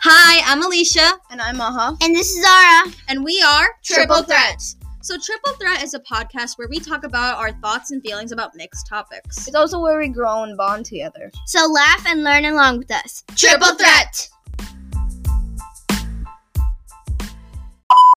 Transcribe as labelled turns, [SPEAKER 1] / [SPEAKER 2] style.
[SPEAKER 1] Hi, I'm Alicia,
[SPEAKER 2] And I'm uh-huh. Maha.
[SPEAKER 3] And this is Zara.
[SPEAKER 1] and we are
[SPEAKER 2] Triple
[SPEAKER 1] Threat. So, Triple Threat is a podcast where we talk about our thoughts and feelings about mixed topics.
[SPEAKER 2] It's also where we grow and bond together.
[SPEAKER 3] So laugh and learn along with us.
[SPEAKER 1] Triple Threat!